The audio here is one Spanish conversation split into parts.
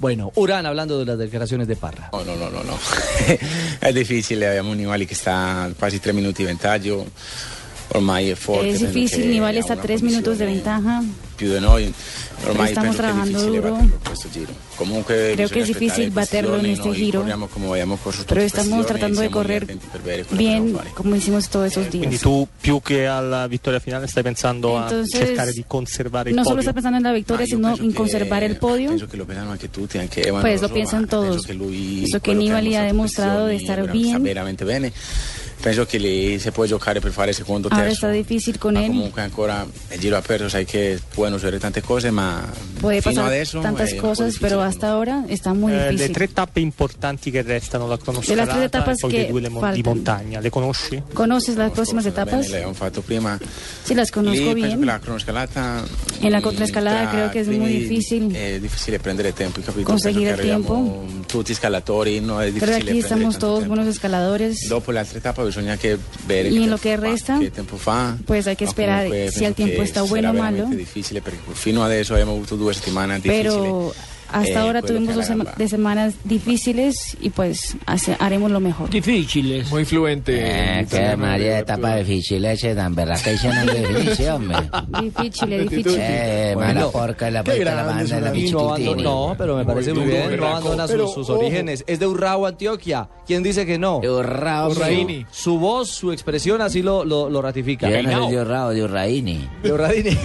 Bueno, Urán hablando de las declaraciones de Parra. No, no, no, no, no. è difficile, abbiamo un Nivali che sta a quasi tre minuti di vantaggio, ormai è forte. Es penso difícil, che Nival ha está a una eh, tres minutos de condizione ventaja. Più di noi, ormai Stiamo penso che è trabajando difficile duro. batterlo in questo giro. Comunque Creo que bisogna es difícil aspettare baterlo en questi este giorni, noi giro, corriamo come abbiamo corso Pero tutti questi estamos giorni, tratando de siamo lì correr attenti per vedere quello che dobbiamo bien, fare. como hicimos todos esos Quindi días. tu più che alla vittoria finale stai pensando a cercare di conservare il no solo podio. está pensando en la Ma victoria, io sino penso en che- conservar el podio. Penso che lo pensano anche tutti, anche Evan Pues lo Rosso, piensan ma Penso todos. che lui, Eso que quello Nibali ha mostrato in demostrado questi di star giorni, sta bien. veramente bene. Penso che lì si può giocare per fare secondo Ahora terzo. está difícil con Ma él. comunque ancora il giro aperto, sai che pueden succedere tante cose, ma Puede fino pasar adesso tantas è un po' cosas, difficile, pero pues no? hasta ahora está muy Eh, le difícil. tre tappe importanti che restano, la Le altre cronoscalata tappe e poi le che due le mon- di faltano. montagna, le conosci? ¿Conoces las próximas Bene, etapas? le abbiamo fatto prima. Sí, las Lì conozco penso che bien. pues, la cronoscalata E la mm, contrascalada tra creo che è primi muy difficil. È difficile prendere tempo, capito? Conseguire Penso che tempo. arriviamo Tutti scalatori, no? È Pero difficile aquí prendere estamos tanto todos tempo. buenos escaladores. Dopo la altra etapa pues, bisogna che vedere Y en lo tempo que fa, resta, che tempo fa. pues hay que Ma esperar comunque si penso el tiempo che está sarà bueno o malo. veramente difficile perché fino adesso abbiamo avuto due settimane difficili. Pero hasta Eh, ahora quello tuvimos che è dos la sema- gamba. de semanas difíciles y pues hace- haremos lo mejor. Difíciles. Muy este, fluente. Eh, que María, etapa difícil, ese tan verdad que ese no es difícil, hombre. Difícil, difícil. Eh, mala porca, la porca, la banda, la Y no, pichiquitini. abandona- no, pero me parece muy bien, no abandona sus- Pero, sus ojo. orígenes. Es de Urrao, Antioquia. ¿Quién dice que no? Urrao, Urraini. Su voz, su expresión así lo, lo, lo ratifica. Yo no soy de Urrao, de Urraini. De Urradini.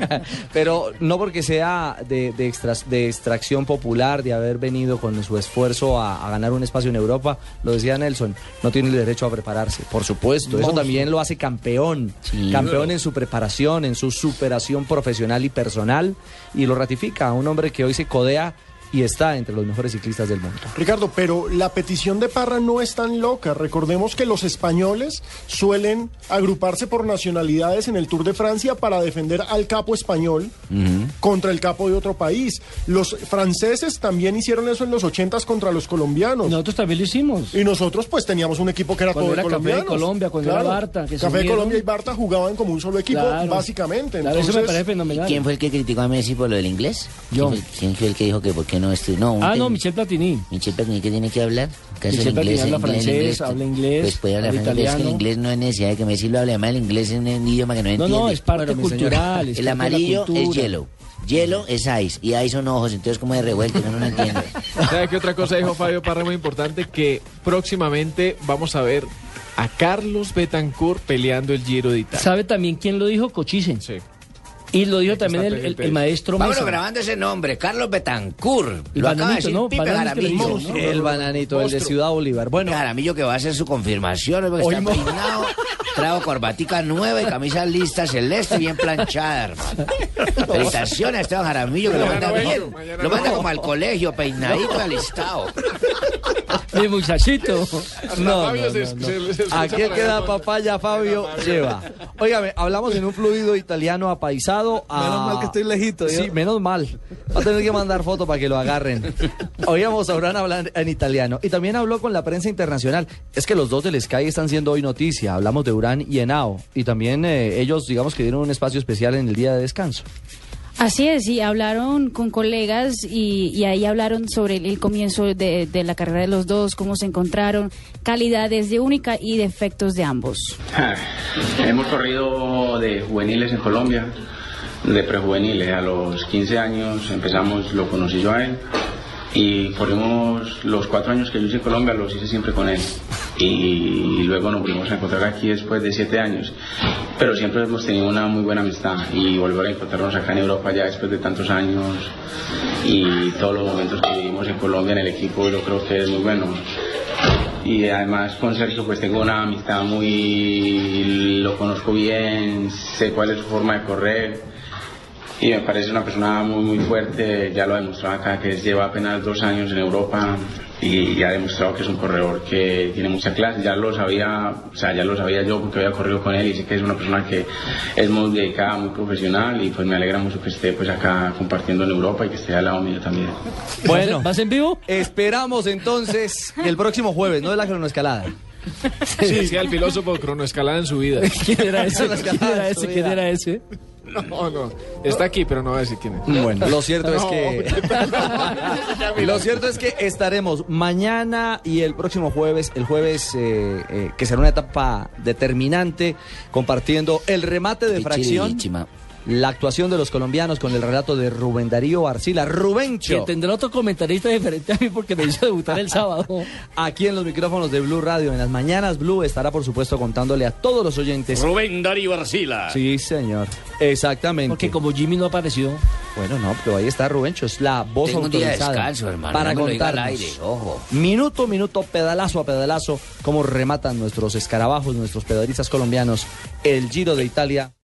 Pero no porque sea de, de extras- de extracción popular, de haber venido con su esfuerzo a, a ganar un espacio en Europa, lo decía Nelson, no tiene el derecho a prepararse. Por supuesto, eso también lo hace campeón. Sí. campeón en su preparación, en su superación profesional y personal, y lo ratifica a un hombre que hoy se codea y está entre los mejores ciclistas del mundo. Ricardo, pero la petición de Parra no es tan loca. Recordemos que los españoles suelen agruparse por nacionalidades en el Tour de Francia para defender al capo español contra el capo de otro país. Los franceses también hicieron eso en los 80 contra los colombianos. Nosotros también lo hicimos. Y nosotros pues teníamos un equipo que era Cuando todo era Café de colombiano. Colombia, cuando era Barta, que se Café de unieron. Colombia y Barta jugaban como un solo equipo, Claro. básicamente. Claro, eso me parece Entonces, ¿Y fenomenal. quién fue el que criticó a Messi por lo del inglés? Yo. ¿Quién fue, quién fue el que dijo que por qué no estoy? No, un Ah, no, ten- Michel Platini. Michel Platini que tiene que hablar. Que hace Michel el inglés, Platini habla el inglés, el francés, inglés, habla inglés, Pues puede hablar habla francés, pero es que el italiano. inglés no es necesidad de que Messi lo hable. Además, el inglés es un idioma que no No, entiende. no, es parte Bueno, mi señora, cultural. es El parte de la amarillo es cultura. hielo. Hielo es ice. Y ice son ojos. Entonces, como de revuelto, uno no entiende. ¿Sabe qué otra cosa dijo Fabio Parra muy importante? Que próximamente vamos a ver a Carlos Betancourt peleando el Giro de Italia. ¿Sabe también quién lo dijo? Cochisen. Sí. Y lo dijo Hay que también estar el, el- pendiente el de- maestro Vámonos Mesa. grabando ese nombre, Carlos Betancourt. El Lo acaba de bananito, decir ¿no? Pipe Bananito que le Jaramillo. dicen, ¿no? El bananito, el de Monstruo. Ciudad Bolívar. Bueno, Jaramillo que va a hacer su confirmación, porque Hoy está mo- peinado, trago corbatica nueva y camisa lista celeste bien planchada, hermano. Felicitaciones a Esteban Jaramillo que lo Mañana manda no bien. vengo, mañana Lo no manda como al colegio, peinadito, alistado. Mi muchachito. No, Fabio no, se- no, no. se- se escucha Aquí el por que allá, da ¿no? papaya, Fabio, lleva. Óigame, hablamos en un fluido italiano apaisado. A... Menos mal que estoy lejito, ¿yo? Sí, menos mal. Va a tener que mandar fotos para que lo agarren. Oíamos a Urán hablar en italiano. Y también habló con la prensa internacional. Es que los dos del Sky están siendo hoy noticia. Hablamos de Urán y Henao. Y también eh, ellos, digamos que dieron un espacio especial en el día de descanso. Así es, y hablaron con colegas y, y ahí hablaron sobre el, el comienzo de, de la carrera de los dos, cómo se encontraron, calidades de única y defectos de ambos. Hemos corrido de juveniles en Colombia, de prejuveniles. eh, A los 15 años empezamos, lo conocí yo a él. Y corrimos los cuatro años que yo hice en Colombia, los hice siempre con él. Y luego nos volvimos a encontrar aquí después de siete años. Pero siempre hemos tenido una muy buena amistad. Y volver a encontrarnos acá en Europa ya después de tantos años y todos los momentos que vivimos en Colombia en el equipo, yo creo que es muy bueno. Y además con Sergio pues tengo una amistad muy... lo conozco bien, sé cuál es su forma de correr y me parece una persona muy muy fuerte, ya lo ha demostrado acá que lleva apenas dos años en Europa y ya ha demostrado que es un corredor que tiene mucha clase, ya lo sabía, o sea, ya lo sabía yo porque había corrido con él y sé que es una persona que es muy dedicada, muy profesional y pues me alegra mucho que esté pues acá compartiendo en Europa y que esté al lado mío también. Bueno, ¿Vas en vivo? esperamos entonces el próximo jueves, no de la cronoescalada. Sí, decía el filósofo cronoescalada en su vida. ¿Quién era ese? ese? ¿Quién era ese? ¿Quién era ese? No, no. Está aquí, pero no va a decir quién es. Bueno, lo cierto es que lo cierto es que estaremos mañana y el próximo jueves, el jueves eh, eh, que será una etapa determinante, compartiendo el remate de fracción, Pichirichima. la actuación de los colombianos con el relato de Rubén Darío Arcila, Que Rubencho, tendrá otro comentarista diferente a mí porque me hizo debutar el sábado. aquí en los micrófonos de Blue Radio en las mañanas Blue estará por supuesto contándole a todos los oyentes. Rubén Darío Arcila. Sí, señor. Exactamente. Porque como Jimmy no apareció, Bueno, no, pero ahí está Rubencho, es la voz Tengo un día de autorizada descanso, hermano, para no me lo diga al contarnos aire, ojo. minuto a minuto, pedalazo a pedalazo, cómo rematan nuestros escarabajos, nuestros pedalistas colombianos el Giro de Italia.